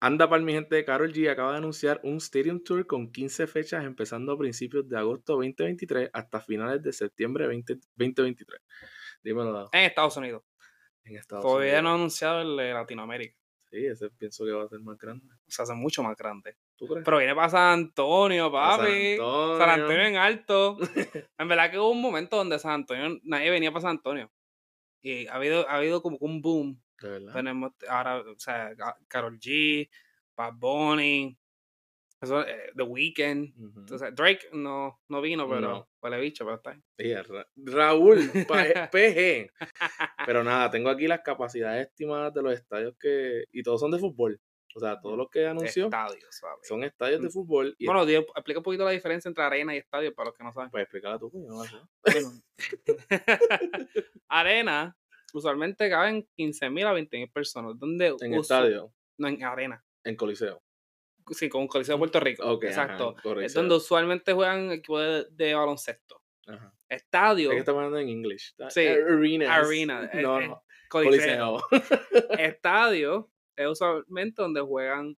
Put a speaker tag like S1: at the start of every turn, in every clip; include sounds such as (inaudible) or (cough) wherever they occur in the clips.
S1: Anda para mi gente, Karol G acaba de anunciar un Stadium Tour con 15 fechas empezando a principios de agosto 2023 hasta finales de septiembre 20, 2023. Dímelo, Dado,
S2: En Estados Unidos.
S1: en Estados
S2: Todavía
S1: Unidos.
S2: no han anunciado el de Latinoamérica.
S1: Sí, ese pienso que va a ser más grande.
S2: Se hace mucho más grande.
S1: ¿Tú crees?
S2: Pero viene para San Antonio,
S1: A San
S2: papi. San Antonio,
S1: Antonio.
S2: en
S1: (laughs)
S2: alto. en verdad que hubo un momento donde San Antonio, nadie venía para San Antonio. Y ha habido, ha habido como que un boom.
S1: De verdad.
S2: Tenemos ahora, o sea, Carol G, Bad Bunny, eso, eh, The Weeknd.
S1: Ujú.
S2: Entonces, Drake no, no vino, pero
S1: No.
S2: huele bicho, pero está ahí.
S1: Sí, a Ra- Raúl
S2: (laughs)
S1: Pa- PG. Pero nada, tengo aquí las capacidades estimadas de los estadios que. Y todos son de fútbol. O sea, todos los que anunció
S2: Estadios, papi.
S1: son estadios de fútbol. Y
S2: Bueno, di- explica un poquito la diferencia entre arena y estadio para los que no saben.
S1: Pues explícala tú, que yo no la sé.
S2: arena, usualmente caben 15.000 a 20.000 personas. donde
S1: En
S2: usu-
S1: estadio,
S2: No, en arena.
S1: en Coliseo.
S2: Sí, con un Coliseo de Puerto Rico.
S1: Ok, ajá,
S2: Exacto.
S1: Coliseo.
S2: es donde usualmente juegan equipos de, de baloncesto.
S1: Ajá. Es
S2: Estadio,
S1: que estamos hablando en inglés.
S2: Sí,
S1: Arenas.
S2: arena,
S1: (laughs)
S2: eh,
S1: No,
S2: eh,
S1: no.
S2: coliseo.
S1: Coliseo. (laughs)
S2: Estadio es usualmente donde juegan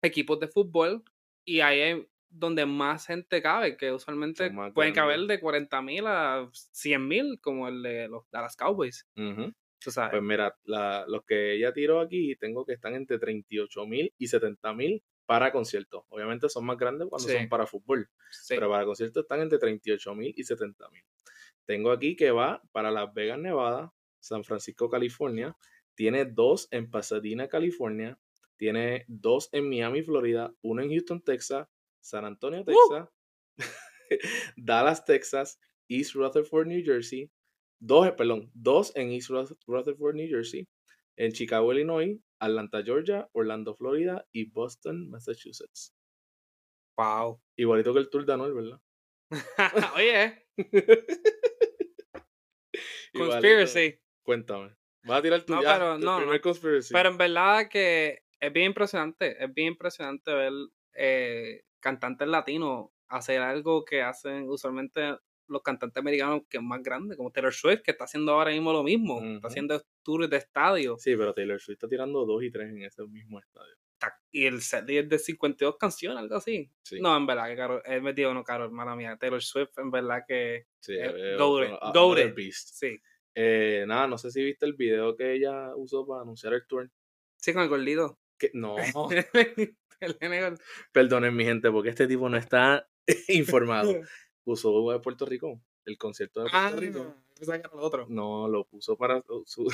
S2: equipos de fútbol y ahí es donde más gente cabe, que usualmente
S1: Son más
S2: pueden caber
S1: grandes.
S2: de 40.000 a 100.000, como el de los Dallas Cowboys. (laughs)
S1: Ujú.
S2: Tú sabes.
S1: Pues mira, la- los que ella tiró aquí, tengo que están entre 38 mil y 70 mil para conciertos. Obviamente son más grandes cuando
S2: Sí.
S1: son para fútbol.
S2: Sí.
S1: pero para conciertos están entre 38 mil y 70 mil. Tengo aquí que va para Las Vegas, Nevada, San Francisco, California. Tiene dos en Pasadena, California. Tiene dos en Miami, Florida. Uno en Houston, Texas. San Antonio, Texas. (laughs) Dallas, Texas. East Rutherford, New Jersey. Dos, eh, perdón, dos en East Ruth- Rutherford, New Jersey. En Chicago, Illinois. Atlanta, Georgia. Orlando, Florida. Y Boston, Massachusetts.
S2: Wow.
S1: Igualito que el Tour de Anuel, ¿verdad? (laughs)
S2: (laughs) Oye, eh,
S1: Igualito.
S2: conspiracy.
S1: Cuéntame. Vas a tirar tu,
S2: No,
S1: ya,
S2: pero
S1: tu
S2: no,
S1: primer conspiracy.
S2: Pero en verdad que es bien impresionante, es bien impresionante ver eh, cantantes latinos hacer algo que hacen usualmente los cantantes americanos que es más grande, como Taylor Swift, que está haciendo ahora mismo lo mismo,
S1: Ujú.
S2: está haciendo tours de estadio
S1: Sí, pero Taylor Swift está tirando dos y tres en ese mismo estadio.
S2: ta- y el set de es de 52 canciones, algo así.
S1: Sí.
S2: No, en verdad que Carol, he metido no, Carol, mala mía, Taylor Swift, en verdad que
S1: Sí,
S2: eh,
S1: eh,
S2: goated,
S1: bueno, a-
S2: goated.
S1: another beast.
S2: sí,
S1: Eh, nada, no sé si viste el video que ella usó para anunciar el tour.
S2: sí con el gordito. (laughs)
S1: Que, no,
S2: El nene gordito.
S1: perdonen mi gente, porque este tipo no está (laughs) informado. Usó de Puerto Rico, el concierto de Puerto
S2: Ah,
S1: Rico.
S2: pensaba que era el otro.
S1: No, lo puso para su,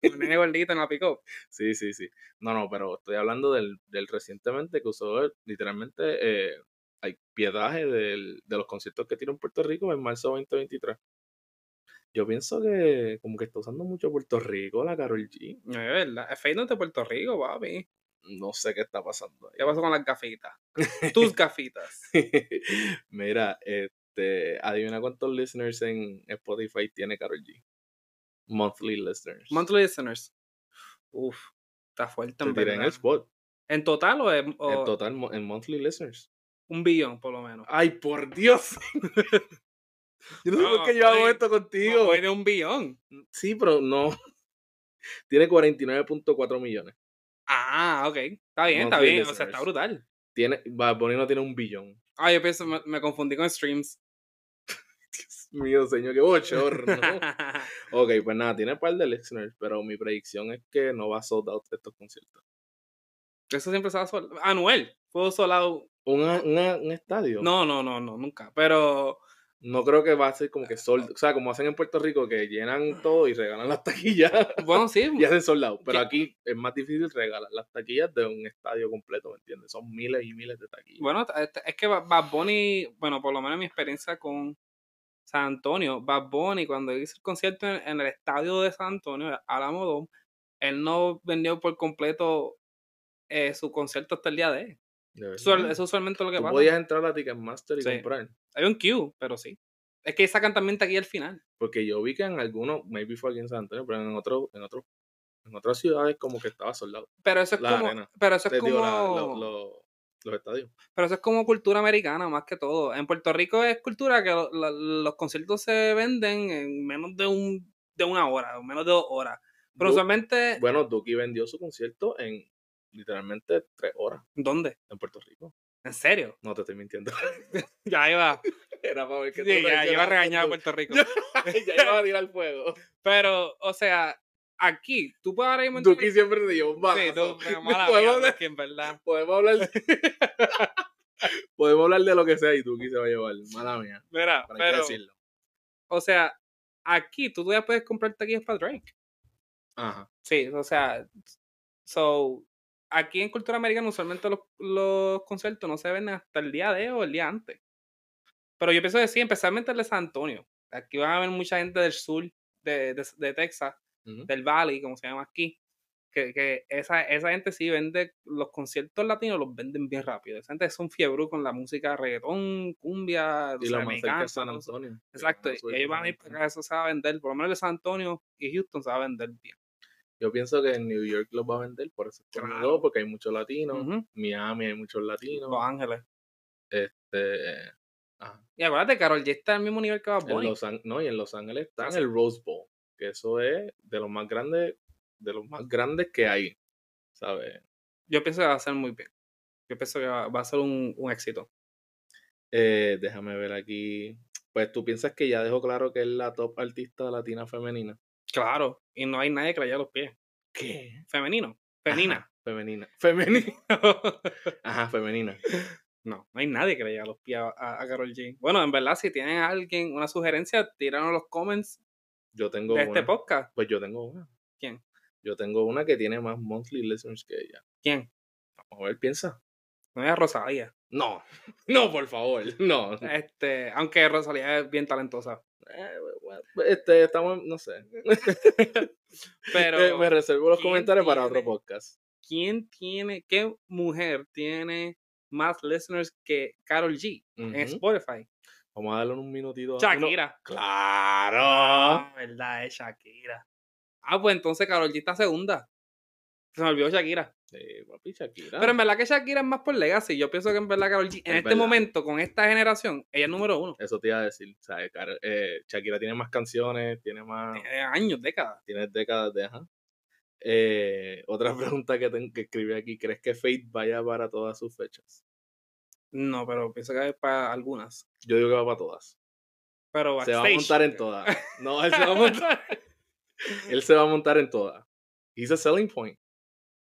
S2: El nene gordito en la pick
S1: Sí, sí, sí. No, no, pero estoy hablando del, del recientemente que usó el- literalmente eh, hay piedaje del- de los conciertos que tiró en Puerto Rico en marzo 2023. Yo pienso que como que está usando mucho Puerto Rico la Karol G.
S2: No es verdad. Es Facebook de Puerto Rico, papi.
S1: No sé qué está pasando
S2: ¿Qué pasó con las gafitas?
S1: (laughs)
S2: Tus gafitas.
S1: ahí. (laughs) Mira, este, adivina cuántos listeners en Spotify tiene Karol G. Monthly listeners.
S2: Monthly listeners. Uf, está fuerte
S1: Te
S2: en
S1: tiré
S2: verdad.
S1: en
S2: En,
S1: el spot.
S2: total o, en, o
S1: En total, mo- en monthly listeners.
S2: un billón, por lo menos?
S1: Ay, por Dios. yo no sé por
S2: No,
S1: qué yo hago
S2: oye,
S1: esto
S2: No,
S1: contigo.
S2: fue de un billón.
S1: Sí, pero no. Tiene 49.4 millones.
S2: Ah, ok. Está bien, está
S1: Monthly
S2: bien. O sea, está
S1: listeners.
S2: brutal.
S1: Tiene, Bad Bunny no tiene un billón.
S2: Ah, yo pienso, me, me confundí con streams. (laughs)
S1: Dios mío, señor, qué bochorno.
S2: (laughs)
S1: ok, pues nada, tiene un par de listeners, pero mi predicción es que no va a sold out estos conciertos.
S2: Eso siempre estaba sol. Anuel. Fue solado.
S1: Una- una- un estadio.
S2: No, no, no, no, nunca. Pero
S1: No creo que va a ser como que sold, o sea, como hacen en Puerto Rico, que llenan todo y regalan las taquillas (laughs)
S2: bueno, sí.
S1: y hacen sold out. Pero
S2: ¿Qué?
S1: aquí es más difícil regalar las taquillas de un estadio completo, ¿me entiendes? Son miles y miles de taquillas.
S2: Bueno, ta- ta- es que Ba- Bad Bunny, bueno, por lo menos mi experiencia con San Antonio, Bad Bunny, cuando hizo el concierto en, en el estadio de San Antonio, Alamo Dome, él no vendió por completo eh, su concierto hasta el día de él.
S1: De verdad.
S2: Eso, eso usualmente es lo que
S1: Tú
S2: pasa.
S1: podías entrar a Ticketmaster y
S2: Sí.
S1: comprar.
S2: Hay un queue, pero sí. Es que sacan también aquí al final.
S1: Porque yo vi que en algunos, maybe fue aquí en San Antonio, pero en otros, en otros, en otras ciudades como que estaba soldado.
S2: Pero eso es
S1: La
S2: como.
S1: arena.
S2: Pero eso es
S1: Te digo,
S2: como.
S1: la- lo- lo- los estadios.
S2: Pero eso es como cultura americana más que todo. En Puerto Rico es cultura que lo- lo- los conciertos se venden en menos de un de una hora, o menos de dos horas. Pero
S1: Du-
S2: usualmente
S1: bueno, Duki vendió su concierto en literalmente tres horas
S2: ¿Dónde?
S1: en Puerto Rico.
S2: ¿En serio? (laughs)
S1: No te estoy mintiendo. (laughs)
S2: Ya iba.
S1: Era para ver que
S2: (laughs) Sí, ya, ya iba pues. a regañar a
S1: Puerto
S2: Puerto (laughs) Rico.
S1: Rico. (laughs) ya iba a tirar al
S2: (laughs)
S1: fuego.
S2: Pero, o sea, aquí, tú puedes ahora mismo en tu-
S1: Duki siempre te dio un balazo.
S2: Sí, tú, (laughs) pero mala
S1: Podemos
S2: mía,
S1: hablar-
S2: que en verdad.
S1: Podemos hablar. (laughs) Podemos hablar de lo que sea y Duki se va a llevar. Mala mía.
S2: Mira,
S1: Para
S2: pero,
S1: decirlo.
S2: o sea, aquí tú todavía puedes comprar taquillas para Drake.
S1: Ajá.
S2: Sí, o sea, so, aquí en cultura americana usualmente los, los conciertos no se ven hasta el día de o el día antes. Pero yo pienso que sí, especialmente el de San Antonio. Aquí van a ver mucha gente del sur de, de- de Texas,
S1: Ujú.
S2: del Valley, como se llama aquí. Que, que esa, esa gente sí vende, los conciertos latinos los venden bien rápido. Esa gente es un fiebre con la música de reggaetón, cumbia,
S1: Y
S2: o sea,
S1: lo más cerca
S2: mexicana,
S1: es San
S2: todo eso.
S1: Antonio.
S2: Exacto,
S1: Que
S2: y ellos van a ir para acá, eso se va a vender. Por lo menos el de San Antonio y Houston se va a vender bien.
S1: Yo pienso que en New York los va a vender por eso. es que
S2: Claro.
S1: no, Porque hay muchos latinos.
S2: Ujú,
S1: Miami hay muchos latinos.
S2: Los Ángeles.
S1: Este, eh, ajá.
S2: Y acuérdate, Carol G está al mismo nivel que Bad
S1: En
S2: Bunny.
S1: Los Ang- no, y en Los Ángeles está en
S2: Así.
S1: el Rose Bowl, que eso es de los más grandes, de los más grandes que hay. ¿Sabes?
S2: Yo pienso que va a ser muy bien. Yo pienso que va, va a ser un, un éxito.
S1: Eh, déjame ver aquí. Pues tú piensas que ya dejó claro que es la top artista latina femenina.
S2: Claro. Y no hay nadie que le haya los pies.
S1: ¿Qué?
S2: Femenino.
S1: (laughs)
S2: Femenina.
S1: Femenina. Femenina. Ajá, femenina.
S2: no, no hay nadie que le haya los pies a, a Carol G. Bueno, en verdad, si tienen a alguien, una sugerencia, tíranos los comments
S1: Yo tengo
S2: de
S1: una.
S2: este podcast.
S1: Pues yo tengo una.
S2: ¿Quién?
S1: Yo tengo una que tiene más monthly listeners que ella.
S2: ¿Quién?
S1: Vamos a ver, piensa.
S2: No es Rosalía.
S1: No. (laughs) No, por favor. No.
S2: Este, aunque Rosalía es bien
S1: (laughs)
S2: talentosa.
S1: Eh, bueno, Este, estamos, no sé.
S2: Pero.
S1: Eh, me reservo los
S2: ¿quién
S1: comentarios para
S2: tiene-
S1: otro podcast.
S2: ¿Quién tiene, qué mujer tiene más listeners que Carol G en
S1: Ujú.
S2: Spotify?
S1: Vamos a darle un minutito. a- uno- ah.
S2: Shakira.
S1: Claro.
S2: Ah, verdad, es Shakira. Ah, pues entonces Karol G está segunda. Se me olvidó Shakira.
S1: Sí, papi, Shakira.
S2: Pero en verdad que Shakira es más por legacy. Yo pienso que en verdad Karol G, en
S1: Es
S2: este
S1: verdad.
S2: momento, con esta generación, ella es número uno.
S1: Eso te iba a decir. o sea, Kar- eh, Shakira tiene más canciones, tiene más.
S2: Tiene Eh, años, décadas.
S1: Tiene décadas de. Ajá. Eh, otra (laughs) pregunta que, tengo, que escribí aquí. ¿Crees que Fate vaya para todas sus fechas?
S2: No, pero pienso que es para algunas.
S1: Yo digo que va para todas.
S2: Pero
S1: Se va a
S2: backstage.
S1: montar en
S2: (laughs)
S1: todas. No, él se va a montar, (laughs) él se va a montar en todas. He's a selling point.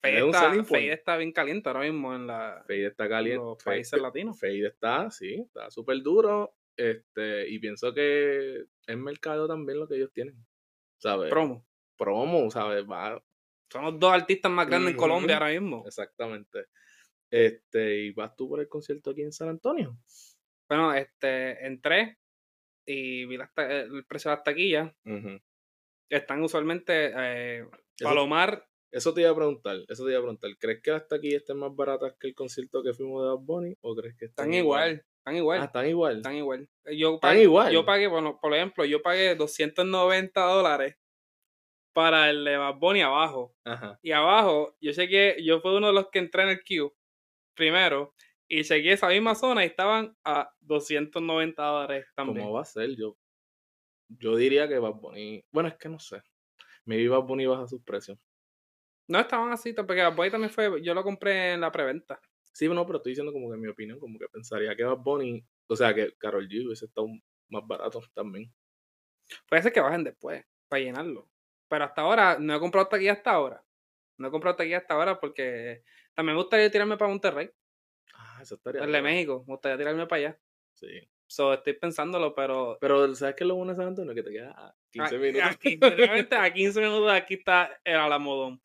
S2: Fade
S1: Es un
S2: está,
S1: selling point.
S2: Fade está bien caliente ahora mismo en la-
S1: Fade está caliente.
S2: los
S1: Fade-
S2: países latinos.
S1: Fade está, sí, está súper duro. Este, y pienso que es mercado también lo que ellos tienen. ¿Sabes?
S2: Promo.
S1: Promo, ¿sabes? Va,
S2: Son los dos artistas más grandes en
S1: Ujú.
S2: Colombia ahora mismo.
S1: exactamente. Este, y vas tú por el concierto aquí en San Antonio.
S2: Bueno, este, entré y vi las ta- el precio de las taquillas. están usualmente eh,
S1: Eso-
S2: Palomar.
S1: Eso te iba a preguntar, eso te iba a preguntar. ¿Crees que las taquillas estén más baratas que el concierto que fuimos de Bad Bunny? ¿O crees que están,
S2: Están igual, están igual,
S1: Ah, están igual.
S2: están igual. Eh, Yo
S1: Están
S2: pagué,
S1: igual.
S2: Yo pagué, bueno, por ejemplo, yo pagué 290 dólares para el de Bad Bunny abajo.
S1: Ajá.
S2: Y abajo, yo chequeé, yo fui uno de los que entré en el queue primero y chequeé esa misma zona y estaban a 290 dólares también.
S1: ¿Cómo va a ser? Yo, yo diría que Bad Bunny. Bueno, es que no sé. Maybe Bad Bunny baja sus precios.
S2: No estaban así, porque Bad Bunny también fue, yo lo compré en la preventa.
S1: Sí, no, pero estoy diciendo como que mi opinión, como que pensaría que Bad Bunny, o sea, que Carol G hubiese estado más barato también.
S2: Puede ser que bajen después para llenarlo. Pero hasta ahora no he comprado taquilla hasta ahora. No he comprado taquilla hasta ahora porque también me gustaría tirarme para Monterrey,
S1: Ah, eso estaría.
S2: el de
S1: duro.
S2: México. Me gustaría tirarme para allá.
S1: Sí.
S2: So, estoy pensándolo, pero.
S1: Pero ¿sabes qué es lo bueno de San Antonio? Que te queda a 15
S2: Ah, a-
S1: minutos. (laughs)
S2: aquí, literalmente a 15 minutos de aquí está el Alamodón.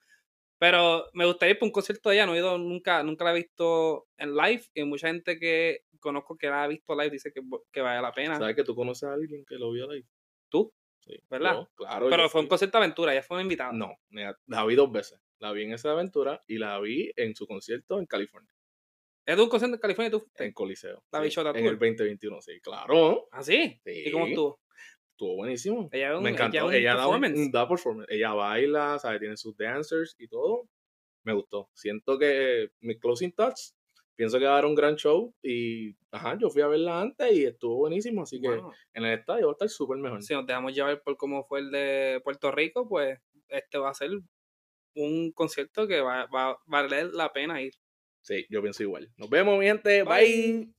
S2: Pero me gustaría ir para un concierto de allá. No he ido nunca, nunca la he visto en live. Y mucha gente que conozco que la ha visto live dice que, que vale la pena.
S1: ¿Sabes que tú conoces a alguien que lo vio ahí?
S2: ¿Tú?
S1: Sí.
S2: ¿Verdad?
S1: Yo, claro.
S2: Pero
S1: yo
S2: fue un
S1: fui.
S2: concierto de aventura, ya fue un invitado.
S1: No, mira, la vi dos veces. La vi en esa aventura y la vi en su concierto en California,
S2: Es de un concierto en California y tú fuiste.
S1: en Coliseo.
S2: La
S1: sí,
S2: bichota
S1: En
S2: tour.
S1: el 2021, sí, claro.
S2: ¿Ah, sí? ¿Y cómo
S1: Sí.
S2: estuvo?
S1: Estuvo buenísimo.
S2: Ella es un-
S1: Me encantó.
S2: Ella,
S1: Ella
S2: es un
S1: da un,
S2: performance.
S1: un- da performance. Ella baila, sabe, tiene sus dancers y todo. Me gustó. Siento que mi closing touch, pienso que va a dar un gran show. Y ajá, yo fui a verla antes y estuvo buenísimo. Así que
S2: Bueno,
S1: en el estadio va a estar súper mejor.
S2: si nos dejamos llevar por cómo fue el de Puerto Rico, pues este va a ser un concierto que va, va, va a valer la pena ir.
S1: Sí, yo pienso igual. Nos vemos, mi gente. Bye.